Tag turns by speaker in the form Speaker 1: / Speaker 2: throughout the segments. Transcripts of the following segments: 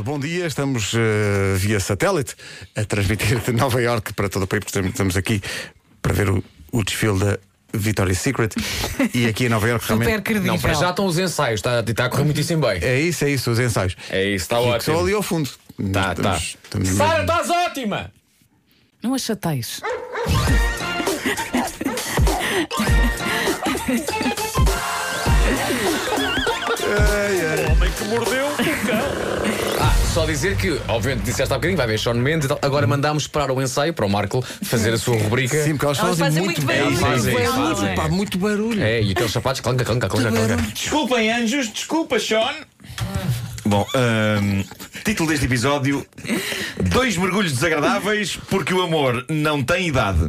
Speaker 1: bom dia. Estamos eh, via satélite a transmitir de Nova Iorque para todo o país. Portanto, Estamos aqui para ver o, o desfile da Victoria's Secret. E aqui em Nova Iorque
Speaker 2: Super
Speaker 1: realmente.
Speaker 2: credível.
Speaker 3: Não, para já estão os ensaios, está, está a correr muitíssimo bem.
Speaker 1: É isso, é isso, os ensaios.
Speaker 3: É isso, está
Speaker 1: E que
Speaker 3: ótimo.
Speaker 1: Só ali ao fundo.
Speaker 3: Tá, tá.
Speaker 1: Estamos- estamos mesmo-
Speaker 3: Sara, estás ótima!
Speaker 2: Não a chateis.
Speaker 3: Ah, só dizer que, obviamente, disseste há bocadinho, vai ver Sean Mendes e tal. Agora mandámos parar o ensaio para o Marco fazer a sua rubrica.
Speaker 1: Sim, porque elas
Speaker 2: Elas
Speaker 1: fazem
Speaker 2: fazem
Speaker 1: muito
Speaker 2: muito
Speaker 1: bem.
Speaker 2: barulho,
Speaker 3: fazem,
Speaker 1: muito,
Speaker 3: fazem.
Speaker 1: barulho, pá, muito barulho.
Speaker 3: É, e aqueles sapatos, clanca, clanca, clanca, clanca.
Speaker 4: Desculpem, anjos, desculpa, Sean. Bom, hum, título deste episódio: Dois mergulhos desagradáveis porque o amor não tem idade.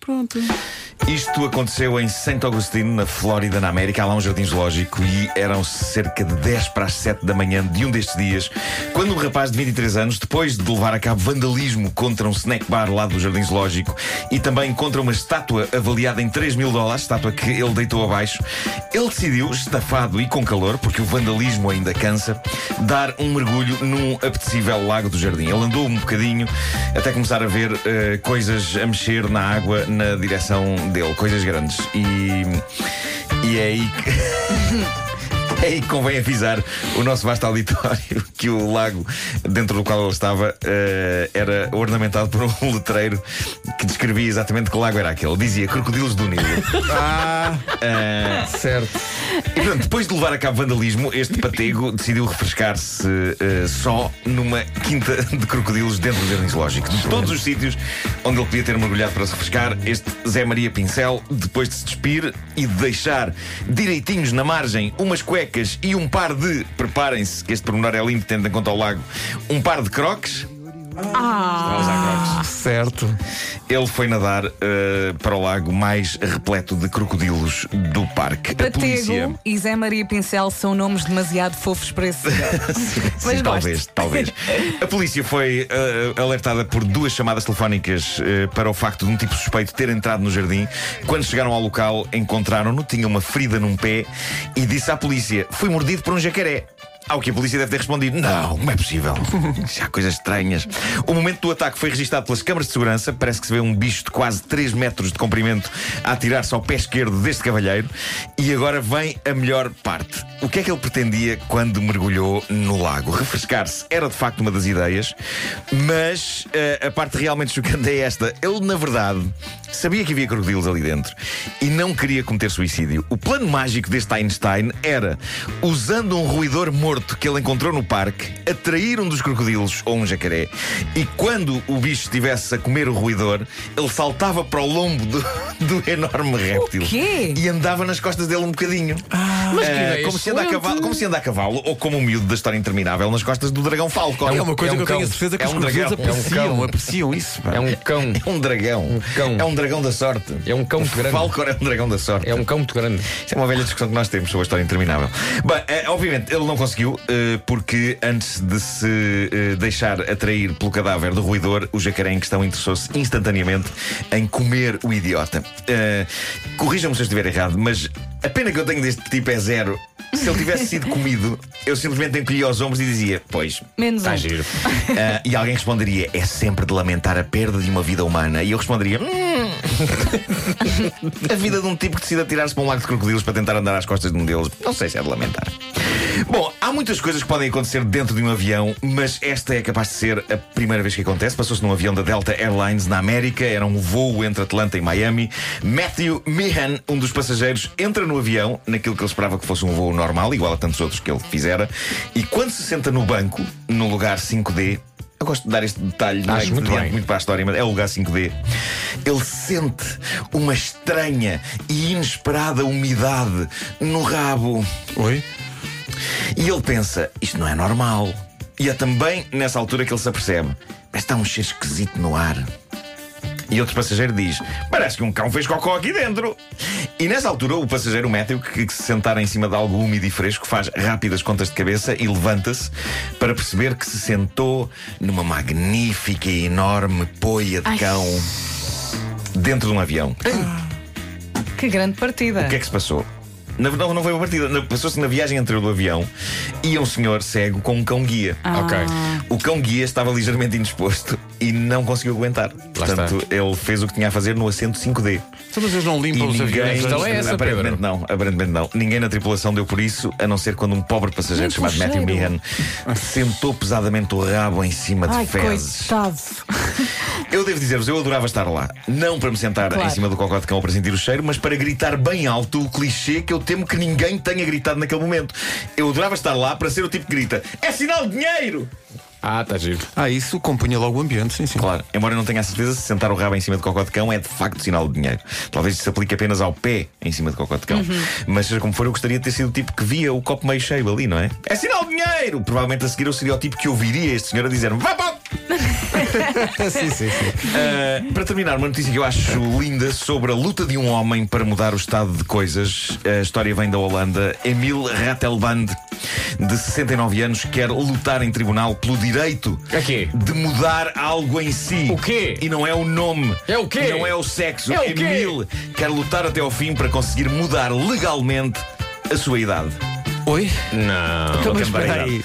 Speaker 4: Pronto. Isto aconteceu em Santo Agostinho, na Flórida, na América. Há lá um jardim zoológico e eram cerca de 10 para as 7 da manhã de um destes dias, quando um rapaz de 23 anos, depois de levar a cabo vandalismo contra um snack bar lá do jardim zoológico e também contra uma estátua avaliada em 3 mil dólares, estátua que ele deitou abaixo, ele decidiu, estafado e com calor, porque o vandalismo ainda cansa, dar um mergulho num apetecível lago do jardim. Ele andou um bocadinho até começar a ver eh, coisas a mexer na água na direção dele, coisas grandes. E, e é aí que. É aí que convém avisar o nosso vasto auditório que o lago dentro do qual ele estava eh, era ornamentado por um letreiro que descrevia exatamente que lago era aquele. Dizia Crocodilos do Nilo.
Speaker 3: Certo.
Speaker 4: E portanto, depois de levar a cabo vandalismo, este patego decidiu refrescar-se eh, só numa quinta de crocodilos dentro do jardim zoológico. De todos os sítios onde ele podia ter mergulhado para se refrescar, este Zé Maria Pincel, depois de se despir e de deixar direitinhos na margem umas cuecas e um par de, preparem-se, que este pormenor é lindo, tendo em conta o lago, um par de croques.
Speaker 3: É
Speaker 1: Certo.
Speaker 3: um
Speaker 4: Ele foi nadar eh, para o lago mais repleto de crocodilos do parque. A polícia.
Speaker 2: Patego e Zé Maria Pincel são nomes demasiado fofos para esse. Mas
Speaker 4: Sim, talvez,
Speaker 2: gosto.
Speaker 4: talvez. A polícia foi eh, alertada por duas chamadas telefónicas eh, para o facto de um tipo suspeito ter entrado no jardim. Quando chegaram ao local, encontraram-no, tinha uma ferida num pé e disse à polícia: Fui mordido por um jacaré. Ao que a polícia deve ter respondido: Não, não é possível. Já há coisas estranhas. O momento do ataque foi registado pelas câmaras de segurança. Parece que se vê um bicho de quase 3 metros de comprimento a atirar-se ao pé esquerdo deste cavalheiro. E agora vem a melhor parte. O que é que ele pretendia quando mergulhou no lago? Refrescar-se era de facto uma das ideias, mas eh, a parte realmente chocante é esta. Ele, na verdade, sabia que havia crocodilos ali dentro e não queria cometer suicídio. O plano mágico deste Einstein era, usando um ruidor morto que ele encontrou no parque, atrair um dos crocodilos ou um jacaré e quando o bicho estivesse a comer o ruidor, ele saltava para o lombo do, do enorme réptil
Speaker 2: quê?
Speaker 4: e andava nas costas dele um bocadinho.
Speaker 3: Mas que
Speaker 4: Eh,
Speaker 3: ideia
Speaker 4: como, se anda a
Speaker 3: excelente.
Speaker 4: cavalo, como se anda a cavalo, ou como o miúdo da história interminável, nas costas do dragão Falcon.
Speaker 1: É uma coisa
Speaker 3: é um
Speaker 1: que eu tenho
Speaker 3: cão.
Speaker 1: a certeza que
Speaker 4: É
Speaker 1: os
Speaker 4: um
Speaker 1: portugueses
Speaker 4: dragão. É um
Speaker 1: apreciam,
Speaker 3: cão.
Speaker 1: apreciam isso. pá.
Speaker 3: É um cão.
Speaker 4: É um dragão.
Speaker 3: cão.
Speaker 4: É um dragão da sorte.
Speaker 3: É um cão muito grande.
Speaker 4: Falcon é um dragão da sorte.
Speaker 3: É um cão muito grande.
Speaker 4: Isso é uma velha discussão que nós temos sobre a história interminável. Bem, eh, obviamente, ele não conseguiu, eh, porque antes de se eh, deixar atrair pelo cadáver do ruidor, o jacaré em questão interessou-se instantaneamente em comer o idiota. Eh, Corrijam-me se eu estiver errado, mas a pena que eu tenho deste tipo é zero. Se ele tivesse sido comido, eu simplesmente encolhia os ombros e dizia: Pois,
Speaker 2: Menos
Speaker 3: Está
Speaker 2: um.
Speaker 3: Tá giro.
Speaker 4: ah, e alguém responderia: é sempre de lamentar a perda de uma vida humana. E eu responderia: hum. a vida de um tipo que decide atirar-se para um lago de crocodilos para tentar andar às costas de um deles. Não sei se é de lamentar. Bom, há muitas coisas que podem acontecer dentro de um avião, mas esta é capaz de ser a primeira vez que acontece. Passou-se num avião da Delta Airlines na América, era um voo entre Atlanta e Miami. Matthew Meehan, um dos passageiros, entra no avião, naquilo que ele esperava que fosse um voo normal, igual a tantos outros que ele fizera, e quando se senta no banco, no lugar 5D, eu gosto de dar este detalhe, não é
Speaker 3: Acho muito
Speaker 4: importante
Speaker 3: bem.
Speaker 4: muito para a história, mas é o lugar 5D. Ele sente uma estranha e inesperada umidade no rabo.
Speaker 3: um-
Speaker 1: Oi?
Speaker 4: E ele pensa: isto não é normal. E é também nessa altura que ele se apercebe: mas está um cheiro esquisito no ar. E outro passageiro diz: Parece que um cão fez cocó aqui dentro. E nessa altura, o passageiro Matthew, que, que se sentar em cima de algo úmido e fresco, faz rápidas contas de cabeça e levanta-se para perceber que se sentou numa magnífica e enorme poia de
Speaker 2: Ai.
Speaker 4: cão dentro de um avião.
Speaker 2: Que grande partida.
Speaker 4: O que é que se passou? Na verdade, não foi uma partida. Na- Passou-se na viagem anterior do avião e um senhor cego com um cão-guia.
Speaker 3: Ok.
Speaker 4: O cão-guia estava ligeiramente indisposto e não conseguiu aguentar. Portanto, ele fez o que tinha a fazer no assento 5D.
Speaker 1: Então, mas eles não
Speaker 4: E
Speaker 1: limpam os aviões.
Speaker 3: questão
Speaker 1: antes
Speaker 3: é
Speaker 1: de-
Speaker 3: essa,
Speaker 4: aparentemente
Speaker 3: Pedro.
Speaker 4: não, aparentemente não. Ninguém na tripulação deu por isso, a não ser quando um pobre passageiro
Speaker 2: Muito
Speaker 4: chamado Matthew
Speaker 2: ligeiro.
Speaker 4: Meehan sentou pesadamente o rabo em cima de
Speaker 2: Ai,
Speaker 4: fezes.
Speaker 2: coitado.
Speaker 4: Eu devo dizer-vos, eu adorava estar lá. Não para me sentar
Speaker 2: Claro.
Speaker 4: em cima do cocó de cão para sentir o cheiro, mas para gritar bem alto o clichê que eu temo que ninguém tenha gritado naquele momento. Eu adorava estar lá para ser o tipo que grita: É sinal de dinheiro!
Speaker 3: Ah, está giro.
Speaker 1: Ah, isso compunha logo o ambiente, sim, sim.
Speaker 4: Claro, embora eu não tenha a certeza se sentar o rabo em cima de cocó de cão é de facto sinal de dinheiro. Talvez isso se aplique apenas ao pé em cima de cocó de cão. Mas seja como for, eu gostaria de ter sido o tipo que via o copo meio cheio ali, não é? É sinal de dinheiro! Provavelmente a seguir eu seria o tipo que ouviria este senhor a dizer: Vá, pá!
Speaker 1: sim, sim, sim.
Speaker 4: Uh, para terminar, uma notícia que eu acho linda sobre a luta de um homem para mudar o estado de coisas. A história vem da Holanda. Emil Ratelband, de 69 anos, quer lutar em tribunal pelo direito
Speaker 3: A É quê?
Speaker 4: de mudar algo em si.
Speaker 3: O quê?
Speaker 4: E não é o nome.
Speaker 3: É o quê?
Speaker 4: Não é o sexo.
Speaker 3: É o quê?
Speaker 4: Emil quer lutar até ao fim para conseguir mudar legalmente a sua idade.
Speaker 1: Oi?
Speaker 3: Não.
Speaker 1: Então, mas
Speaker 4: Ele tem
Speaker 1: espera
Speaker 4: idade.
Speaker 1: aí.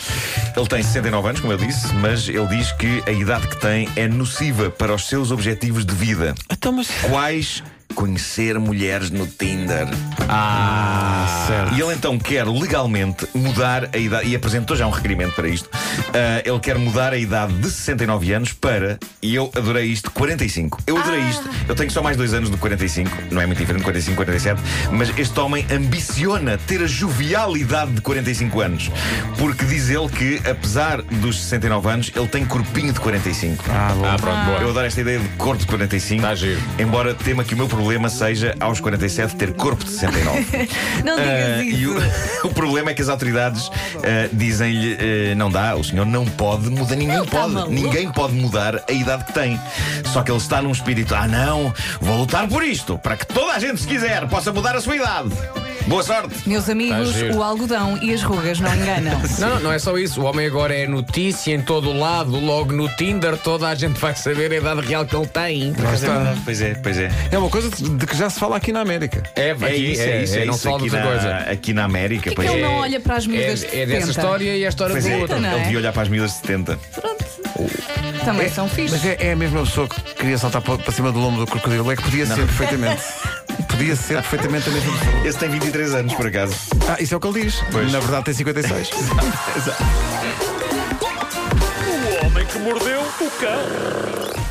Speaker 4: Ele tem 69 anos, como eu disse, mas ele diz que a idade que tem é nociva para os seus objetivos de vida.
Speaker 1: Então, mas.
Speaker 4: Quais conhecer mulheres no Tinder?
Speaker 1: Ah, certo.
Speaker 4: E ele então quer legalmente mudar a idade, e apresentou já um requerimento para isto. Ah, ele quer mudar a idade de 69 anos para, e eu adorei isto, 45. Eu adorei isto. Eu tenho só mais dois anos do 45, não é muito diferente, 45, 47. Mas este homem ambiciona ter a jovial idade de 45 anos. Porque diz ele que, apesar dos 69 anos, ele tem corpinho de 45.
Speaker 1: Ah, bom.
Speaker 3: Ah, pronto,
Speaker 4: Eu
Speaker 3: boa.
Speaker 4: adoro esta ideia de corpo de 45.
Speaker 3: Tá giro.
Speaker 4: Embora tema que o meu problema seja, aos 47, ter corpo de 69.
Speaker 2: Não digas
Speaker 4: Ah,
Speaker 2: isso.
Speaker 4: e o, o problema é que as autoridades ah, dizem-lhe: eh, não dá, o senhor não pode mudar, ninguém
Speaker 2: Não, tá
Speaker 4: pode.
Speaker 2: maluco.
Speaker 4: ninguém pode mudar a idade que tem. Só que ele está num espírito: ah, não, vou lutar por isto, para que toda a gente, se quiser, possa mudar a sua idade. Boa sorte!
Speaker 2: Meus amigos,
Speaker 3: Tá giro.
Speaker 2: o algodão e as rugas não enganam.
Speaker 3: Não, não é só isso. O homem agora é notícia em todo o lado. Logo no Tinder, toda a gente vai saber a idade real que ele tem.
Speaker 4: Pois é, pois é, pois é.
Speaker 1: É uma coisa de que já se fala aqui na América.
Speaker 3: É,
Speaker 4: É
Speaker 3: aqui,
Speaker 4: isso, é, isso, é
Speaker 3: não
Speaker 4: isso
Speaker 3: fala de
Speaker 4: aqui,
Speaker 3: outra
Speaker 4: na,
Speaker 3: coisa.
Speaker 4: aqui na América.
Speaker 2: Porquê
Speaker 4: pois
Speaker 2: que ele
Speaker 4: é.
Speaker 2: não olha para as miúdas de
Speaker 3: É, é dessa
Speaker 2: 70?
Speaker 3: história e é a história
Speaker 4: Pois
Speaker 3: do
Speaker 4: é,
Speaker 3: outro.
Speaker 2: não é?
Speaker 4: ele devia olhar para as miúdas de 70.
Speaker 2: Pronto. Também são
Speaker 1: Mas
Speaker 2: fixos.
Speaker 1: é, é a mesma pessoa que queria saltar para para cima do lombo do crocodilo. É que podia ser perfeitamente. Podia ser perfeitamente a mesma pessoa.
Speaker 4: Esse tem 23 anos, por acaso.
Speaker 1: Ah, isso é o que ele diz.
Speaker 4: Pois.
Speaker 1: Na verdade tem 56.
Speaker 5: O homem que mordeu o cão.